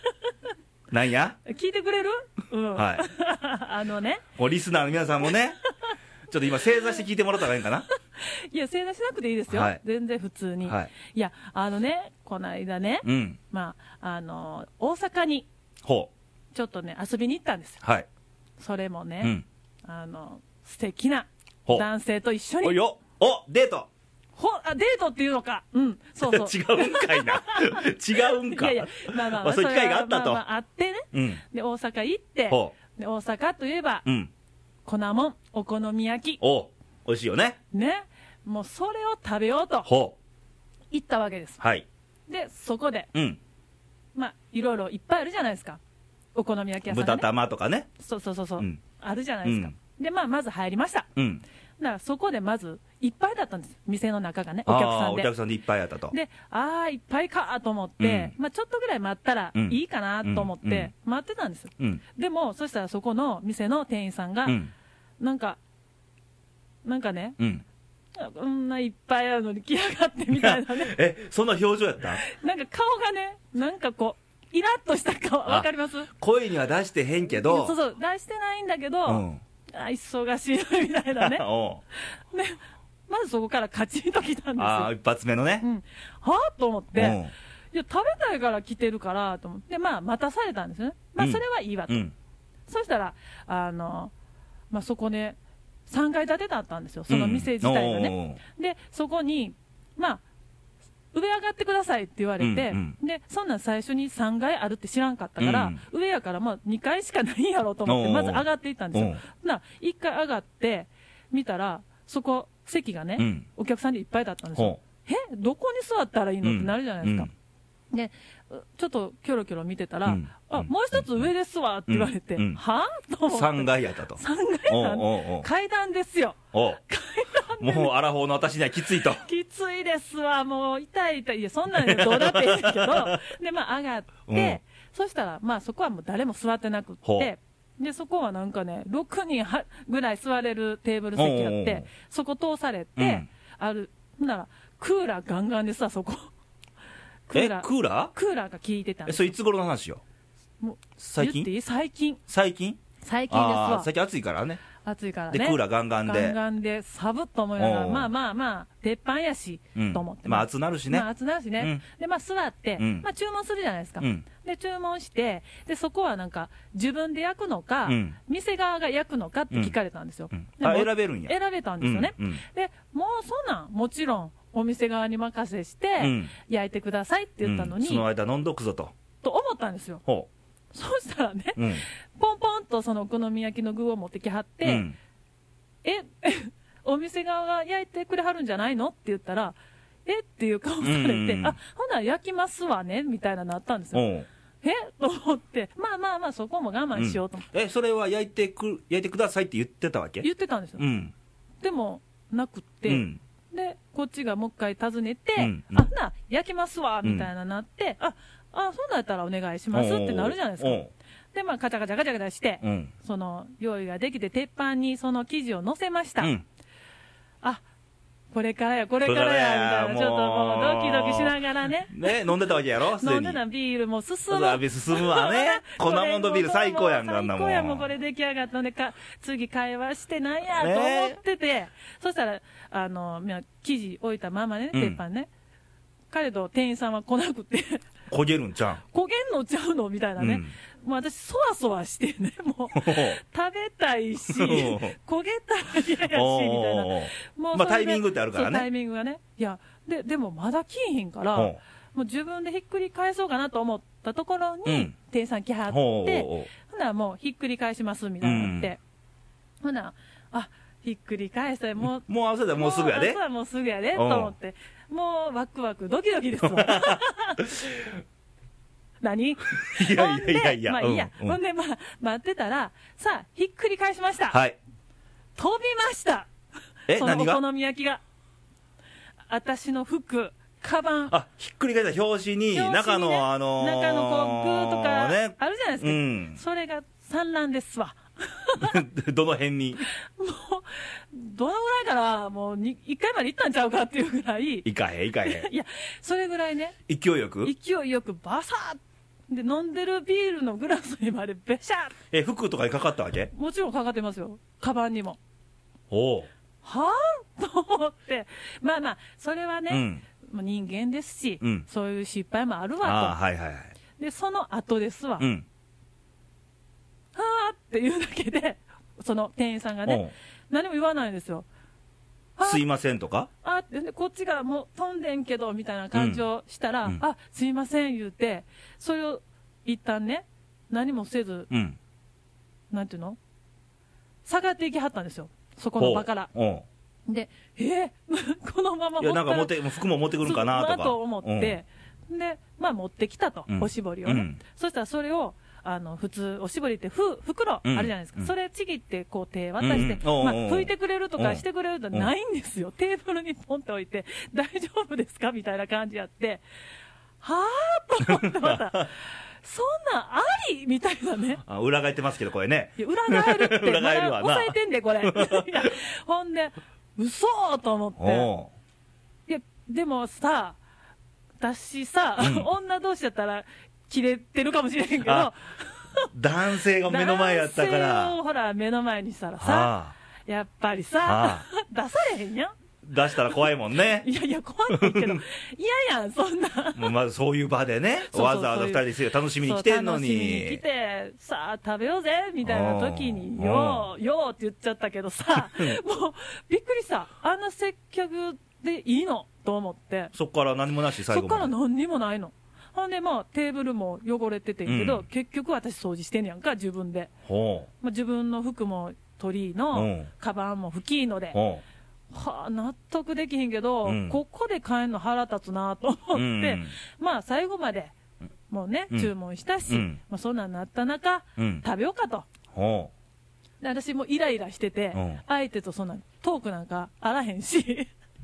[SPEAKER 1] なんや、
[SPEAKER 2] 聞いてくれるうん。
[SPEAKER 1] はい
[SPEAKER 2] あのね、
[SPEAKER 1] もうリスナーの皆さんもね、ちょっと今、正座して聞いてもらった方がいいんかな。
[SPEAKER 2] いや、正座しなくていいですよ。
[SPEAKER 1] はい
[SPEAKER 2] 全然普通に、
[SPEAKER 1] はい
[SPEAKER 2] い。や、あのね、この間ね、
[SPEAKER 1] うん、
[SPEAKER 2] まあ、あの、大阪に
[SPEAKER 1] ほう、
[SPEAKER 2] ちょっとね、遊びに行ったんですよ。
[SPEAKER 1] はい、
[SPEAKER 2] それも
[SPEAKER 1] う
[SPEAKER 2] ね、
[SPEAKER 1] ん、
[SPEAKER 2] あの、素敵な
[SPEAKER 1] ほう
[SPEAKER 2] 男性と一緒
[SPEAKER 1] おい
[SPEAKER 2] に。
[SPEAKER 1] よ、おデート
[SPEAKER 2] ほ、あ、デートっていうのか。うん、そうそう。
[SPEAKER 1] 違うんかいな、 違うんか、
[SPEAKER 2] いやいや、まあまあ、
[SPEAKER 1] まあそういう機会があったと
[SPEAKER 2] それはまあまああってね。
[SPEAKER 1] うん、
[SPEAKER 2] で、大阪行って、
[SPEAKER 1] ほ
[SPEAKER 2] で大阪といえば、
[SPEAKER 1] う、うん、
[SPEAKER 2] 粉もん、お好み焼き、
[SPEAKER 1] お美味しいよね、
[SPEAKER 2] ね、もうそれを食べようと
[SPEAKER 1] ほう、
[SPEAKER 2] 言ったわけです。
[SPEAKER 1] はい、
[SPEAKER 2] で、そこで、
[SPEAKER 1] うん、
[SPEAKER 2] まあ、いろいろいっぱいあるじゃないですか、お好み焼き屋さん、ね、
[SPEAKER 1] 豚玉とかね、
[SPEAKER 2] そうそうそうそう、
[SPEAKER 1] うん
[SPEAKER 2] あるじゃないですか、で、まあ、まず入りました、
[SPEAKER 1] うん、
[SPEAKER 2] だからそこでまず、いっぱいだったんです、店の中がね、お
[SPEAKER 1] あ
[SPEAKER 2] 客
[SPEAKER 1] あ
[SPEAKER 2] さん
[SPEAKER 1] ーお
[SPEAKER 2] で。
[SPEAKER 1] 客さんでいっぱいやったと、
[SPEAKER 2] で、あー、いっぱいかと思って、まあ、ちょっとぐらい待ったら
[SPEAKER 1] うん
[SPEAKER 2] いいかなと思っ
[SPEAKER 1] うんうん
[SPEAKER 2] て、待ってたんです、
[SPEAKER 1] うん、
[SPEAKER 2] でも、そしたらそこの店の店員さんが、
[SPEAKER 1] うん、
[SPEAKER 2] なんか、なんかね、
[SPEAKER 1] うん、、
[SPEAKER 2] こんないっぱいあるのに来やがってみたいなね
[SPEAKER 1] え、そんな表情やった
[SPEAKER 2] なんか顔がね、なんかこう、イラッとした顔、
[SPEAKER 1] あ
[SPEAKER 2] わかります
[SPEAKER 1] 声には出してへんけど、
[SPEAKER 2] そうそう、出してないんだけど、
[SPEAKER 1] うん、
[SPEAKER 2] あ忙しいなみたいなね
[SPEAKER 1] おう
[SPEAKER 2] でまずそこからカチンと来たんです
[SPEAKER 1] あー
[SPEAKER 2] よ。
[SPEAKER 1] 一発目のね
[SPEAKER 2] う、ん、はぁと思っ
[SPEAKER 1] う
[SPEAKER 2] て、
[SPEAKER 1] ん、
[SPEAKER 2] いや、食べたいから来てるからと思って、まあ、待たされたんですよね、ま
[SPEAKER 1] う
[SPEAKER 2] あ、
[SPEAKER 1] ん
[SPEAKER 2] それはいいわと、
[SPEAKER 1] うん、
[SPEAKER 2] そしたら、あのまあ、そこね、3階建てだったんですよ、その店自体がね。
[SPEAKER 1] ね、
[SPEAKER 2] で、そこに、まあ、上上がってくださいって言われて、
[SPEAKER 1] うん
[SPEAKER 2] で、そんなん最初に3階あるって知らんかったから、上やからまあ2階しかないんやろと思っ
[SPEAKER 1] おうお
[SPEAKER 2] て、
[SPEAKER 1] う
[SPEAKER 2] まず上がっていったんです
[SPEAKER 1] お
[SPEAKER 2] よ
[SPEAKER 1] う。
[SPEAKER 2] な、1階上がって、見たら、そこ、席がね、
[SPEAKER 1] うん
[SPEAKER 2] お客さんでいっぱいだったんですよ
[SPEAKER 1] ほ。
[SPEAKER 2] えどこに座ったらいいのってなるじゃないですか。
[SPEAKER 1] うん
[SPEAKER 2] で、ちょっとキョロキョロ見てたら、
[SPEAKER 1] うん
[SPEAKER 2] あ、もう一つ上ですわって言われて、
[SPEAKER 1] うんうん
[SPEAKER 2] はぁ
[SPEAKER 1] う
[SPEAKER 2] と思
[SPEAKER 1] ん、
[SPEAKER 2] って。
[SPEAKER 1] 3階やっ たと。
[SPEAKER 2] 3
[SPEAKER 1] お
[SPEAKER 2] 階
[SPEAKER 1] う
[SPEAKER 2] なんて
[SPEAKER 1] おうおう
[SPEAKER 2] 階段ですよ。
[SPEAKER 1] おうもうアラフォーの私にはきついと。
[SPEAKER 2] きついですわ、もう痛い痛い、いや、そんなんどうだっていいんですけど、 で、まあ、上がって、
[SPEAKER 1] うん
[SPEAKER 2] そしたら、まあ、そこはもう誰も座ってなくっ
[SPEAKER 1] ほ
[SPEAKER 2] て、で、そこはなんかね、6人はぐらい座れるテーブル席あ
[SPEAKER 1] おうお
[SPEAKER 2] っ
[SPEAKER 1] うおう
[SPEAKER 2] て、そこ通されて、
[SPEAKER 1] うん
[SPEAKER 2] ある、ほんなら、クーラーガンガンでさ、そこ。ク
[SPEAKER 1] え、
[SPEAKER 2] ー
[SPEAKER 1] クー
[SPEAKER 2] ラー、
[SPEAKER 1] ラ
[SPEAKER 2] クーラーが効いてた
[SPEAKER 1] ー
[SPEAKER 2] ん
[SPEAKER 1] え、
[SPEAKER 2] です
[SPEAKER 1] それいつ頃の話よ。
[SPEAKER 2] もう
[SPEAKER 1] 最近
[SPEAKER 2] 言っていい最近。
[SPEAKER 1] 最近
[SPEAKER 2] 最近です
[SPEAKER 1] ああ
[SPEAKER 2] わ
[SPEAKER 1] ー、。最近暑いからね。
[SPEAKER 2] 暑いから
[SPEAKER 1] で、
[SPEAKER 2] ね。
[SPEAKER 1] クーラーガンガン
[SPEAKER 2] ガン
[SPEAKER 1] で。
[SPEAKER 2] ガンで、サブっと思いながら、
[SPEAKER 1] おう
[SPEAKER 2] まあまあまあ、鉄板やし、
[SPEAKER 1] うん
[SPEAKER 2] と思って。
[SPEAKER 1] まあ暑なるしね
[SPEAKER 2] まあ暑なるしね。で、まあ座って、
[SPEAKER 1] うん
[SPEAKER 2] まあ注文するじゃないですか。
[SPEAKER 1] うん
[SPEAKER 2] で、注文して、で、そこはなんか、自分で焼くのか、
[SPEAKER 1] うん
[SPEAKER 2] 店側が焼くのかって聞かれたんですよ。
[SPEAKER 1] うん
[SPEAKER 2] で
[SPEAKER 1] あ
[SPEAKER 2] も
[SPEAKER 1] 選べるんや
[SPEAKER 2] 選べたんですよね。
[SPEAKER 1] うんうん
[SPEAKER 2] で、もうそんなん、もちろん、お店側に任せして、
[SPEAKER 1] うん
[SPEAKER 2] 焼いてくださいって言ったの
[SPEAKER 1] うん
[SPEAKER 2] に、
[SPEAKER 1] その間飲んどくぞと。
[SPEAKER 2] と思ったんですよ。
[SPEAKER 1] ほ
[SPEAKER 2] そうしたらね、
[SPEAKER 1] う。うん。
[SPEAKER 2] ポンポンとそのお好み焼きの具を持ってきはって、
[SPEAKER 1] うん
[SPEAKER 2] え、お店側が焼いてくれはるんじゃないのって言ったら、えっていう顔されて、
[SPEAKER 1] うんうんうん
[SPEAKER 2] あ、ほな焼きますわね、みたいななったんですよ。
[SPEAKER 1] おう
[SPEAKER 2] え と思って、まあまあまあ、そこも我慢しようと思って、
[SPEAKER 1] うんえ、それは焼いてく、焼いてくださいって言ってたわけ
[SPEAKER 2] 言ってたんですよ。
[SPEAKER 1] うん。
[SPEAKER 2] でも、なくっ
[SPEAKER 1] う
[SPEAKER 2] て、
[SPEAKER 1] ん。
[SPEAKER 2] で、こっちがもう一回尋ねて、
[SPEAKER 1] うんうん
[SPEAKER 2] あ、ほな焼きますわ、みたいななって、あ、あ、そんなんやったらお願いしますってなるじゃないですか
[SPEAKER 1] お。う
[SPEAKER 2] で、まあ、カチャカチャカチャカチャして、
[SPEAKER 1] おううん。
[SPEAKER 2] その、用意ができて、鉄板にその生地を乗せました。
[SPEAKER 1] うん。
[SPEAKER 2] あ、これからや、これからや、みたいな、ち
[SPEAKER 1] これからや
[SPEAKER 2] ょっともう
[SPEAKER 1] も
[SPEAKER 2] ド
[SPEAKER 1] う
[SPEAKER 2] キドキしながらね、
[SPEAKER 1] ね、飲んでたわけやろ、す
[SPEAKER 2] 飲
[SPEAKER 1] で
[SPEAKER 2] ん
[SPEAKER 1] に。
[SPEAKER 2] でたビールも進
[SPEAKER 1] そう
[SPEAKER 2] む。。
[SPEAKER 1] そう進むわね 粉モンドビール最高やんか、あんなもん。
[SPEAKER 2] 最高やもうこれ出来上がったんでか、次会話してなんやと思ってて、そしたら、あの、まあ生地置いたままね、
[SPEAKER 1] うん
[SPEAKER 2] 鉄板ね。彼と店員さんは来なくて、
[SPEAKER 1] 焦げるんちゃ
[SPEAKER 2] 焦げんのちゃうのみたいなね。もう私、そわそわしてね、もう、
[SPEAKER 1] うん。ほほ
[SPEAKER 2] 食べたいし、
[SPEAKER 1] おう
[SPEAKER 2] 焦げたら嫌やし、みた
[SPEAKER 1] おう
[SPEAKER 2] いな。
[SPEAKER 1] おうおう
[SPEAKER 2] もう
[SPEAKER 1] まあ
[SPEAKER 2] それで
[SPEAKER 1] タイミングってあるからね
[SPEAKER 2] そうタイミングがね。いや、で、でもまだ来いひんから、
[SPEAKER 1] ほ
[SPEAKER 2] もう自分でひっくり返そうかなと思ったところに、
[SPEAKER 1] うん
[SPEAKER 2] 店員さん来は
[SPEAKER 1] う
[SPEAKER 2] っ
[SPEAKER 1] ほう
[SPEAKER 2] て、
[SPEAKER 1] ほ
[SPEAKER 2] ほなもうひっくり返しますみたいになって、ほな、あひっくり返して、もう
[SPEAKER 1] う。、もう合わせたらもうすぐやで
[SPEAKER 2] 朝。はもうすぐやでと思って、もうワクワク、ドキドキですわ。 何
[SPEAKER 1] いやいやいやいや。
[SPEAKER 2] ほんで、まあいいや。
[SPEAKER 1] うんう
[SPEAKER 2] ほ
[SPEAKER 1] ん
[SPEAKER 2] んで、まあ、待ってたら、さあ、ひっくり返しました。
[SPEAKER 1] はい。
[SPEAKER 2] 飛びました。
[SPEAKER 1] え、
[SPEAKER 2] その
[SPEAKER 1] 何
[SPEAKER 2] お
[SPEAKER 1] が
[SPEAKER 2] 好み焼きが。私の服、カバン。
[SPEAKER 1] あ、ひっくり返った表紙に、
[SPEAKER 2] 表紙にね
[SPEAKER 1] 中のあのー、
[SPEAKER 2] 中のこう、グーとか、
[SPEAKER 1] ね。
[SPEAKER 2] あるじゃないです
[SPEAKER 1] う
[SPEAKER 2] か。
[SPEAKER 1] ん。
[SPEAKER 2] それが産卵ですわ。
[SPEAKER 1] どの辺に
[SPEAKER 2] もう、どのぐらいから、もうに、1回まで行ったんちゃうかっていうぐらい、い
[SPEAKER 1] 行かへん、行かへん。
[SPEAKER 2] や、それぐらいね、
[SPEAKER 1] 勢いよく
[SPEAKER 2] 勢いよくバサーって、で、飲んでるビールのグラスにまでべしゃー
[SPEAKER 1] え、服とかにかかったわけ
[SPEAKER 2] もちろんかかってますよ。カバンにも。
[SPEAKER 1] おう。
[SPEAKER 2] はぁと思って。まあまあ、それは
[SPEAKER 1] う
[SPEAKER 2] ね、
[SPEAKER 1] ん。
[SPEAKER 2] もう人間ですし、
[SPEAKER 1] うん
[SPEAKER 2] そういう失敗もある
[SPEAKER 1] ああ、
[SPEAKER 2] わ
[SPEAKER 1] はいはいはい。
[SPEAKER 2] と。で、その後ですわ。
[SPEAKER 1] うん。
[SPEAKER 2] はぁっていうだけで、その店員さんが
[SPEAKER 1] お
[SPEAKER 2] ね
[SPEAKER 1] う、
[SPEAKER 2] 何も言わないんですよ。はぁ
[SPEAKER 1] すいませんとか
[SPEAKER 2] あってでこっちがもう飛んでんけどみたいな感じをしたら、
[SPEAKER 1] うんうん
[SPEAKER 2] あすいません言うて、それを一旦ね、何もせず、
[SPEAKER 1] うん。
[SPEAKER 2] なんていうの、下がっていきはったんですよ、そこの場から。
[SPEAKER 1] おう。
[SPEAKER 2] で、えー このまま
[SPEAKER 1] おういや、なんか持っ
[SPEAKER 2] って
[SPEAKER 1] て、服も持ってくるんかなとか。
[SPEAKER 2] と思って、で、まあ持ってきたと、
[SPEAKER 1] うん
[SPEAKER 2] おしぼりをね、
[SPEAKER 1] うん
[SPEAKER 2] そしたらそれを、あの普通、おしぼりってふ袋あ
[SPEAKER 1] うん
[SPEAKER 2] るじゃないですか、
[SPEAKER 1] うん
[SPEAKER 2] それちぎってこう手渡して、
[SPEAKER 1] うんうん
[SPEAKER 2] まあ、
[SPEAKER 1] おうおうおう
[SPEAKER 2] 拭いてくれると
[SPEAKER 1] う
[SPEAKER 2] か
[SPEAKER 1] ん
[SPEAKER 2] してくれるとないんですよ、テーブルにポンって置いて、 大丈夫ですかみたいな感じやって、はぁと思っ て、また、そんなんありみたいなね。
[SPEAKER 1] うん。あ裏返ってますけど、これね。
[SPEAKER 2] いや裏返るって、
[SPEAKER 1] 裏返るわな
[SPEAKER 2] まだ抑えてんで、これ。 いやほんで、嘘と思って。
[SPEAKER 1] おう。
[SPEAKER 2] いや、でもさ、私さ、
[SPEAKER 1] うん
[SPEAKER 2] 女同士だったら、キレてるかもしれへんけど、
[SPEAKER 1] あ男性が目の前やったか
[SPEAKER 2] 男性
[SPEAKER 1] ら。
[SPEAKER 2] をほら、目の前にしたらさ、
[SPEAKER 1] ああ。
[SPEAKER 2] やっぱりさ
[SPEAKER 1] ああ、
[SPEAKER 2] 出されへんやん。
[SPEAKER 1] 出したら怖いもん ね。
[SPEAKER 2] いやいや、怖いけど、嫌やん、そんな。
[SPEAKER 1] もうまずそういう場でね、
[SPEAKER 2] そうそう
[SPEAKER 1] わざわざ二人ですよ、楽しみに来てんの
[SPEAKER 2] そう楽しみに
[SPEAKER 1] に
[SPEAKER 2] 来。て、さあ食べようぜ、みたいな時
[SPEAKER 1] うん
[SPEAKER 2] に、よう、ようって言っちゃったけどさ、もう、びっくりした。あんな接客でいいのと思って。
[SPEAKER 1] そこから何もなし、最
[SPEAKER 2] そ
[SPEAKER 1] 後ま
[SPEAKER 2] っか
[SPEAKER 1] で
[SPEAKER 2] ら何にもないの。ほんで、まあ、テーブルも汚れててんけど、
[SPEAKER 1] うん
[SPEAKER 2] 結局私掃除してんねやんか、自分で。
[SPEAKER 1] ほ
[SPEAKER 2] まあ、自分の服も取り
[SPEAKER 1] う
[SPEAKER 2] の
[SPEAKER 1] ん、
[SPEAKER 2] カバンも拭きので
[SPEAKER 1] う。、ほ
[SPEAKER 2] はあ、納得できへんけど、
[SPEAKER 1] うん
[SPEAKER 2] ここで買えんの腹立つなと思って、
[SPEAKER 1] うん
[SPEAKER 2] まあ、最後まで、もうね、
[SPEAKER 1] うん
[SPEAKER 2] 注文したし、
[SPEAKER 1] うん
[SPEAKER 2] まあ、そんなんなった中、
[SPEAKER 1] う。うん。
[SPEAKER 2] 食べようかと。
[SPEAKER 1] ほ
[SPEAKER 2] で私もイライラしてて、
[SPEAKER 1] うん
[SPEAKER 2] 相手とそんなトークなんかあらへんし、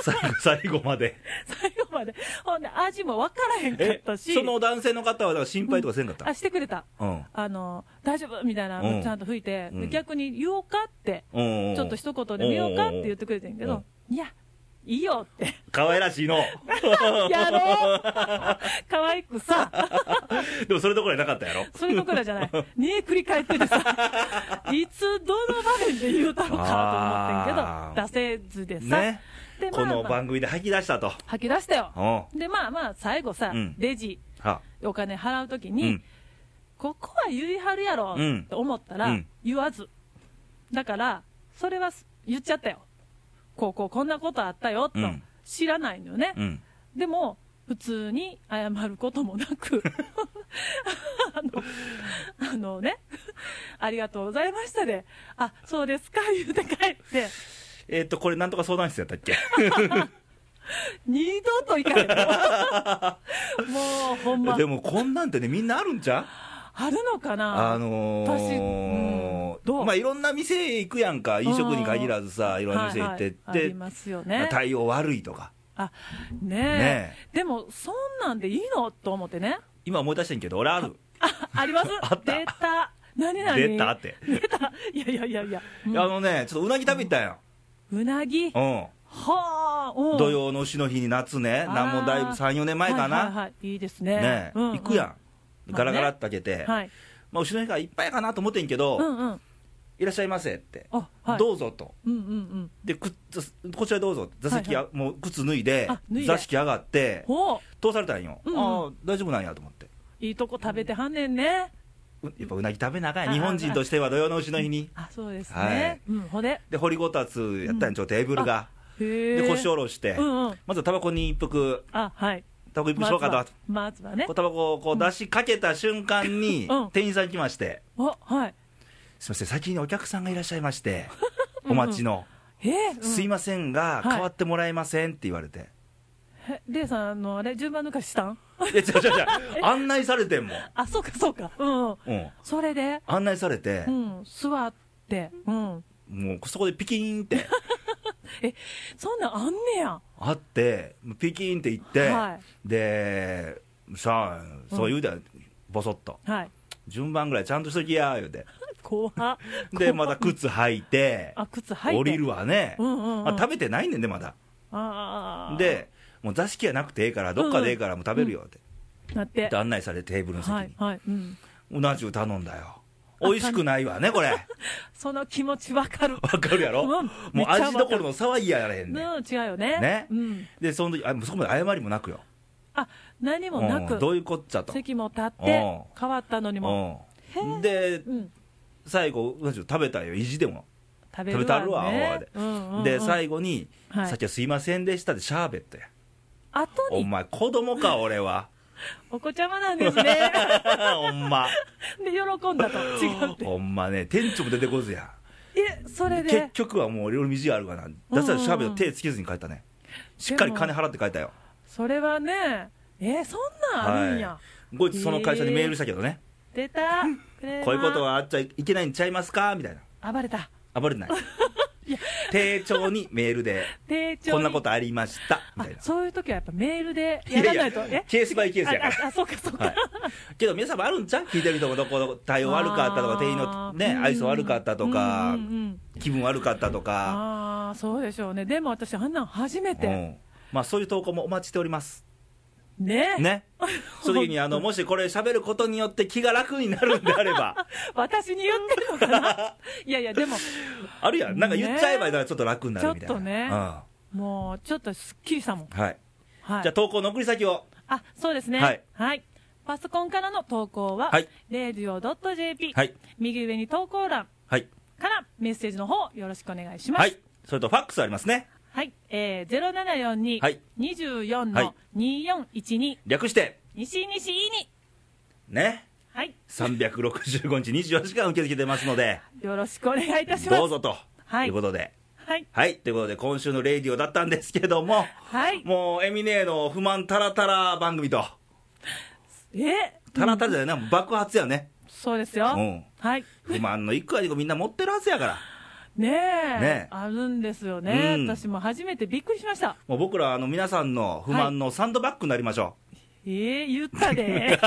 [SPEAKER 1] う。最後、 最後まで。
[SPEAKER 2] 最後まで、ほんで味もわからへんかっ
[SPEAKER 1] え
[SPEAKER 2] た、し、
[SPEAKER 1] その男性の方はだから心配とかせんかった
[SPEAKER 2] あ、してくれた。
[SPEAKER 1] うん。
[SPEAKER 2] あの、大丈夫みたいな、
[SPEAKER 1] うん
[SPEAKER 2] ちゃんと吹いて、で
[SPEAKER 1] うん
[SPEAKER 2] 逆に言おうかって、
[SPEAKER 1] うん。
[SPEAKER 2] ちょっと一言で見ようかって言ってくれてんけど、いや、いいよって、
[SPEAKER 1] 可愛らしいの。
[SPEAKER 2] やろう可愛くさ、
[SPEAKER 1] でもそれどころじゃなかったやろ。
[SPEAKER 2] そういうところじゃない。煮え繰り返って てさ、いつどの場面で言うたのかと思ってんけど、出せずでさ、
[SPEAKER 1] ね。
[SPEAKER 2] で、ま
[SPEAKER 1] こ
[SPEAKER 2] あ、
[SPEAKER 1] の
[SPEAKER 2] まあ、
[SPEAKER 1] 番組で吐き出したと。
[SPEAKER 2] 吐き出したよ。
[SPEAKER 1] うん。
[SPEAKER 2] で、まあまあ、最後さ、
[SPEAKER 1] うん
[SPEAKER 2] レジ、
[SPEAKER 1] は。
[SPEAKER 2] お金払うとき
[SPEAKER 1] う
[SPEAKER 2] に、
[SPEAKER 1] ん。
[SPEAKER 2] ここは言いはるやろ
[SPEAKER 1] うん
[SPEAKER 2] と思ったら、
[SPEAKER 1] うん
[SPEAKER 2] 言わず。だから、それはす言っちゃったよ。こうこうこんなことあったよと、
[SPEAKER 1] うん
[SPEAKER 2] 知らないのよね。
[SPEAKER 1] うん。
[SPEAKER 2] でも、普通に謝ることもなく、 あの、あのね、ありがとうございましたで、あ、そうですか、言うて帰って、
[SPEAKER 1] えっと、これなんとか相談室やったっけ
[SPEAKER 2] 二度と行かれた。 もう、ほんま
[SPEAKER 1] で、もこんなんてね、みんなあるんちゃう
[SPEAKER 2] あるのかな
[SPEAKER 1] あのー
[SPEAKER 2] 私うんどう
[SPEAKER 1] まあ、いろんな店行くやんか、飲食に限らずさ、いろんな店行ってって、
[SPEAKER 2] はいはいありますよね。
[SPEAKER 1] 対応悪いとか、
[SPEAKER 2] あねえ
[SPEAKER 1] ね
[SPEAKER 2] でも、そんなんでいいのと思ってね、
[SPEAKER 1] 今思い出してんけど、俺ある、
[SPEAKER 2] ああります、
[SPEAKER 1] あった
[SPEAKER 2] 出た、何々
[SPEAKER 1] 出たって、
[SPEAKER 2] 出たいやいやいやいや、うん
[SPEAKER 1] あのね、ちょっとうなぎ食べに行ったんよ、
[SPEAKER 2] うなぎ、
[SPEAKER 1] う
[SPEAKER 2] は
[SPEAKER 1] ん、
[SPEAKER 2] はあ、うん
[SPEAKER 1] 土曜の丑の日に夏ね、
[SPEAKER 2] あー
[SPEAKER 1] なんもだいぶ3、4年前か
[SPEAKER 2] はいはい
[SPEAKER 1] な、
[SPEAKER 2] はい、いいですね。
[SPEAKER 1] ね
[SPEAKER 2] うんうん
[SPEAKER 1] 行くやん、
[SPEAKER 2] まあね
[SPEAKER 1] ガラガラって開けて、
[SPEAKER 2] はい。
[SPEAKER 1] まあ丑の日がいっぱいかなと思ってんけ
[SPEAKER 2] うん
[SPEAKER 1] ど、
[SPEAKER 2] うん。
[SPEAKER 1] いらっしゃいませって、
[SPEAKER 2] あ、はい。
[SPEAKER 1] どうぞと、
[SPEAKER 2] うんうんうん。
[SPEAKER 1] で靴こちらどうぞ、座席
[SPEAKER 2] は
[SPEAKER 1] あもう靴脱いで
[SPEAKER 2] あ、脱いで
[SPEAKER 1] 座敷上がって、
[SPEAKER 2] ほ
[SPEAKER 1] 通されたんよ、
[SPEAKER 2] うんうん
[SPEAKER 1] ああ、大丈夫なんやと思って、
[SPEAKER 2] う。いいとこ食べてはんねんね。
[SPEAKER 1] うやっぱうなぎ食べなあかんや
[SPEAKER 2] あ
[SPEAKER 1] 日本人としては土曜の丑の日に、
[SPEAKER 2] あ、そうです
[SPEAKER 1] は
[SPEAKER 2] ね。うん、ほで。
[SPEAKER 1] で掘りごたつやったんやちょ、テーブルが、
[SPEAKER 2] へえ。
[SPEAKER 1] で腰
[SPEAKER 2] を。
[SPEAKER 1] 下ろして
[SPEAKER 2] う、んうん。
[SPEAKER 1] まずタバコに一服、
[SPEAKER 2] あ、はい。
[SPEAKER 1] タバコ一服しようかと。
[SPEAKER 2] まずはね
[SPEAKER 1] こう。タバコをこう出しかけた瞬間に
[SPEAKER 2] うん
[SPEAKER 1] 店員さん来まして、
[SPEAKER 2] あ、はい。
[SPEAKER 1] すみません、先にお客さんがいらっしゃいまして、お待ちの、
[SPEAKER 2] えー、
[SPEAKER 1] すい
[SPEAKER 2] ま
[SPEAKER 1] ませんが、
[SPEAKER 2] はい
[SPEAKER 1] 変わってもらえませんって言われて、
[SPEAKER 2] せん。えレイさん、あの、あれ、順番抜かししたん
[SPEAKER 1] いや違う違う違う、案内されてんもん、
[SPEAKER 2] あ、そうかそうか。うんうん。
[SPEAKER 1] うん、
[SPEAKER 2] それで、
[SPEAKER 1] 案内されて
[SPEAKER 2] う、ん、座って。うん。
[SPEAKER 1] もうそこでピキーンって
[SPEAKER 2] そんなんあんねや。
[SPEAKER 1] あって、ピキーンって言って、
[SPEAKER 2] は
[SPEAKER 1] で、さあ、そう言うたら、ぼそっと、
[SPEAKER 2] はい。
[SPEAKER 1] 順番ぐらいちゃんとしときや、言うて、
[SPEAKER 2] 怖っ
[SPEAKER 1] で、また靴履いて、
[SPEAKER 2] あ、靴履いて。
[SPEAKER 1] 降りるわね、
[SPEAKER 2] うんうんうん
[SPEAKER 1] あ食べてないねんで、まだ。
[SPEAKER 2] あー
[SPEAKER 1] で、もう座敷はなくてええから、どっかでええから、もう食べるよって、
[SPEAKER 2] なって
[SPEAKER 1] で案内されて、テーブルの席に、
[SPEAKER 2] はいはい、うん、
[SPEAKER 1] うな重頼んだよ、美味しくないわね、 これ、わ
[SPEAKER 2] その気持ちわかる
[SPEAKER 1] かるやろ、
[SPEAKER 2] うんめ
[SPEAKER 1] も
[SPEAKER 2] っ
[SPEAKER 1] う
[SPEAKER 2] ちゃわかる
[SPEAKER 1] 味どころの騒ぎやらへ
[SPEAKER 2] うん
[SPEAKER 1] ねん、
[SPEAKER 2] ん違うよね
[SPEAKER 1] ね
[SPEAKER 2] うん、
[SPEAKER 1] で、その時あそこまで謝りもなくよ、
[SPEAKER 2] あ何もなく、
[SPEAKER 1] うんどういうこっちゃと、
[SPEAKER 2] 席も立っ
[SPEAKER 1] うん
[SPEAKER 2] て変わったのにも、
[SPEAKER 1] うんで、
[SPEAKER 2] うん、
[SPEAKER 1] 最後、うな重食べたよ、意地でも、
[SPEAKER 2] 食べ
[SPEAKER 1] 食べ
[SPEAKER 2] る
[SPEAKER 1] たるわ、
[SPEAKER 2] わ、ね、
[SPEAKER 1] で、
[SPEAKER 2] うんうんうん、
[SPEAKER 1] で最後に、
[SPEAKER 2] はい
[SPEAKER 1] さっきはすいませんでしたで、シャーベットや、
[SPEAKER 2] 後
[SPEAKER 1] お
[SPEAKER 2] に
[SPEAKER 1] 前、子供か、俺 は、
[SPEAKER 2] お子ちゃまなんですね
[SPEAKER 1] ほんま、
[SPEAKER 2] で喜ん だと違って
[SPEAKER 1] ほんまね、店長も出てこずや。
[SPEAKER 2] えそれ
[SPEAKER 1] 結
[SPEAKER 2] で
[SPEAKER 1] 局はもう俺の道があるからな出したらシャーベット手つけずに帰ったねしっかり金払って帰ったよ
[SPEAKER 2] それはねえそんなんあるんや、
[SPEAKER 1] はいこいつその会社にメールしたけどね、
[SPEAKER 2] 出たクレーマー
[SPEAKER 1] こういうことはあっちゃいけないんちゃいますかみたいな
[SPEAKER 2] 暴れた
[SPEAKER 1] 暴れてない 丁重にメールで
[SPEAKER 2] 丁重に
[SPEAKER 1] こんなことありましたみ
[SPEAKER 2] あ
[SPEAKER 1] たいな
[SPEAKER 2] そういう時はやっぱメールでやらないと
[SPEAKER 1] やケースバイケースやから
[SPEAKER 2] あああそうかそうか、
[SPEAKER 1] はい、けど皆さんもあるんちゃう聞いてる人もどこの対応悪かったと か
[SPEAKER 2] あー
[SPEAKER 1] 店員のね
[SPEAKER 2] うん
[SPEAKER 1] 愛想悪かったとか、
[SPEAKER 2] うんうんうん
[SPEAKER 1] 気分悪かったとか、
[SPEAKER 2] ああそうでしょうねでも私あんなん初め
[SPEAKER 1] う
[SPEAKER 2] て、
[SPEAKER 1] んまあ、そういう投稿もお待ちしており ます
[SPEAKER 2] ね
[SPEAKER 1] ねその時にあのもしこれ喋ることによって気が楽になるんであれば
[SPEAKER 2] 私に言ってる のかないやいやでも
[SPEAKER 1] あるやん、なんか言っちゃえば、だからちょっと楽になるみたいな。
[SPEAKER 2] ちょっとね
[SPEAKER 1] うん
[SPEAKER 2] もうちょっとすっきりしたもん、
[SPEAKER 1] はい。
[SPEAKER 2] はい、
[SPEAKER 1] じゃあ、投稿の送り先を。
[SPEAKER 2] あそうですね
[SPEAKER 1] はい、
[SPEAKER 2] パソコンからの投稿は、
[SPEAKER 1] はい
[SPEAKER 2] レディオ .jp、
[SPEAKER 1] はい
[SPEAKER 2] 右上に投稿欄
[SPEAKER 1] はい。
[SPEAKER 2] からメッセージの方よろしくお願いします
[SPEAKER 1] はい。それと、ファックスありますね。
[SPEAKER 2] はい、えー、
[SPEAKER 1] はい
[SPEAKER 2] 0742-24
[SPEAKER 1] はい
[SPEAKER 2] の2412、
[SPEAKER 1] 略して、
[SPEAKER 2] 西西いいに
[SPEAKER 1] ね。
[SPEAKER 2] はい
[SPEAKER 1] 365日24時間受け付けてますので、
[SPEAKER 2] よろしくお願いいたします
[SPEAKER 1] どうぞと。
[SPEAKER 2] はい
[SPEAKER 1] いうことで。
[SPEAKER 2] はい
[SPEAKER 1] はい。ということで、今週のレイディオだったんですけども、
[SPEAKER 2] はい
[SPEAKER 1] もう、エミネーの不満タラタラ番組と。
[SPEAKER 2] え
[SPEAKER 1] タラタラじゃないな、爆発やね。
[SPEAKER 2] そうですよ、
[SPEAKER 1] うん
[SPEAKER 2] はい
[SPEAKER 1] 不満の一個や二個みんな持ってるはずやから。
[SPEAKER 2] ねえ
[SPEAKER 1] ねえ
[SPEAKER 2] あるんですよね、
[SPEAKER 1] うん
[SPEAKER 2] 私も初めてびっくりしました
[SPEAKER 1] もう僕ら、あの、皆さんの不満のサンドバッグになりましょ
[SPEAKER 2] ええ言っ たで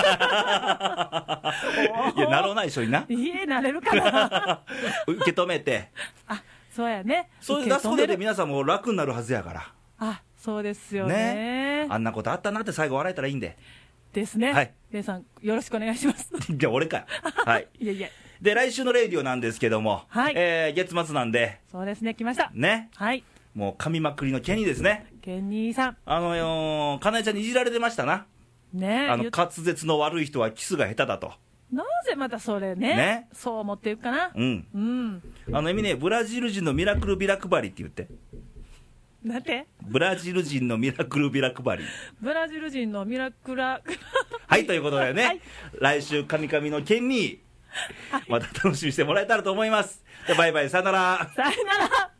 [SPEAKER 1] う。い、や、なろうない緒にな。
[SPEAKER 2] いえなれる かな
[SPEAKER 1] 受け止めて。
[SPEAKER 2] あそうやね
[SPEAKER 1] そういう
[SPEAKER 2] 受
[SPEAKER 1] 出
[SPEAKER 2] け
[SPEAKER 1] す
[SPEAKER 2] 止
[SPEAKER 1] こ
[SPEAKER 2] め
[SPEAKER 1] と
[SPEAKER 2] る
[SPEAKER 1] で皆さんも楽になるはずやか
[SPEAKER 2] あそうです
[SPEAKER 1] ら、
[SPEAKER 2] よね
[SPEAKER 1] あんなことあったなって最後笑えたらいいん で、
[SPEAKER 2] ですね
[SPEAKER 1] はい
[SPEAKER 2] レイさんよろしくお願いします
[SPEAKER 1] じゃあ、俺 かよ、はい、
[SPEAKER 2] いやいや
[SPEAKER 1] で来週のレイディオなんですけども、
[SPEAKER 2] はい
[SPEAKER 1] えー月末なんで、
[SPEAKER 2] そうですね来ました
[SPEAKER 1] ね、
[SPEAKER 2] はい
[SPEAKER 1] もう噛みまくりのケニーですね、
[SPEAKER 2] ケニーさん
[SPEAKER 1] あのよー、かなえちゃんにいじられてましたな、
[SPEAKER 2] ねえ
[SPEAKER 1] あの
[SPEAKER 2] 言っ
[SPEAKER 1] 滑舌の悪い人はキスが下手だと、
[SPEAKER 2] なぜまたそれね
[SPEAKER 1] ね
[SPEAKER 2] そう思っていくかな
[SPEAKER 1] うん、
[SPEAKER 2] うん
[SPEAKER 1] あのエミね、ブラジル人のミラクルビラ配りって言って、
[SPEAKER 2] だって
[SPEAKER 1] ブラジル人のミラクルビラ配り。
[SPEAKER 2] ブラジル人のミラクラ
[SPEAKER 1] はい、ということでね、
[SPEAKER 2] はい
[SPEAKER 1] 来週、カミカミのケニー、また楽しみにしてもらえたらと思います。でバイバイ、さよなら。
[SPEAKER 2] さよなら